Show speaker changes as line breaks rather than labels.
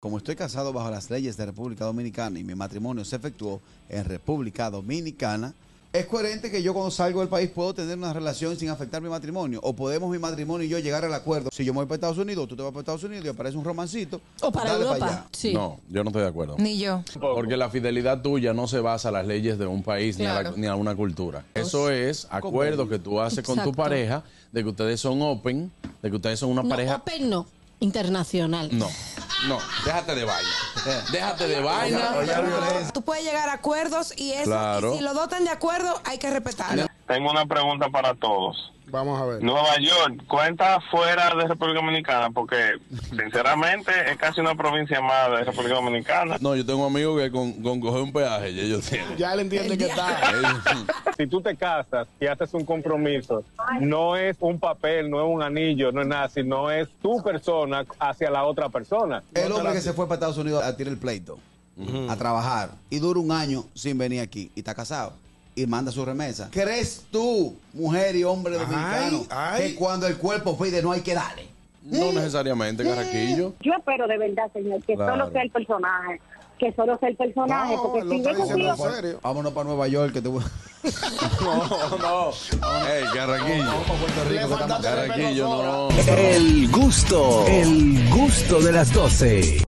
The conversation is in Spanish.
Como estoy casado bajo las leyes de República Dominicana y mi matrimonio se efectuó en República Dominicana, es coherente que yo cuando salgo del país puedo tener una relación sin afectar mi matrimonio. O podemos mi matrimonio y yo llegar al acuerdo. Si yo me voy para Estados Unidos, tú te vas para Estados Unidos y aparece un romancito.
O para
dale
Europa.
allá.
sí.
No, yo no estoy de acuerdo.
Ni yo.
Porque la fidelidad tuya no se basa a las leyes de un país ni a la-
Claro.
ni, a una cultura. Eso es acuerdos que tú haces con tu
Exacto.
pareja de que ustedes son open, de que ustedes son una
No,
pareja.
open no. Internacional.
No, no, déjate de vaina. Déjate de vaina.
Tú puedes llegar a acuerdos y eso,
Claro.
y si los dos están de acuerdo, hay que respetarlo.
Tengo una pregunta para todos.
Vamos a ver.
Nueva York, ¿cuenta fuera de República Dominicana? Porque, sinceramente, es casi una provincia más de República Dominicana.
No, yo tengo un amigo que con, con coger un peaje, ya ellos tienen.
Ya él entiende que está.
Si tú te casas y haces un compromiso, no es un papel, no es un anillo, no es nada, sino es tu persona hacia la otra persona.
El hombre que se fue para Estados Unidos a tirar el pleito, a trabajar, y dura un año sin venir aquí, y está casado, y manda su remesa. ¿Crees tú, mujer y hombre dominicano,
ay.
que cuando el cuerpo pide no hay que darle?
No necesariamente, Carraquillo.
Yo espero de verdad, señor, que
Claro.
solo sea el personaje. Que solo sea el personaje.
No,
porque
lo
si
está
yo
diciendo
confío.
en serio.
Vámonos para Nueva York, que tú...
No, no. Ey, Carraquillo.
Le faltaste respeto
Carraquillo,
sobra.
no.
El gusto, el gusto de las doce.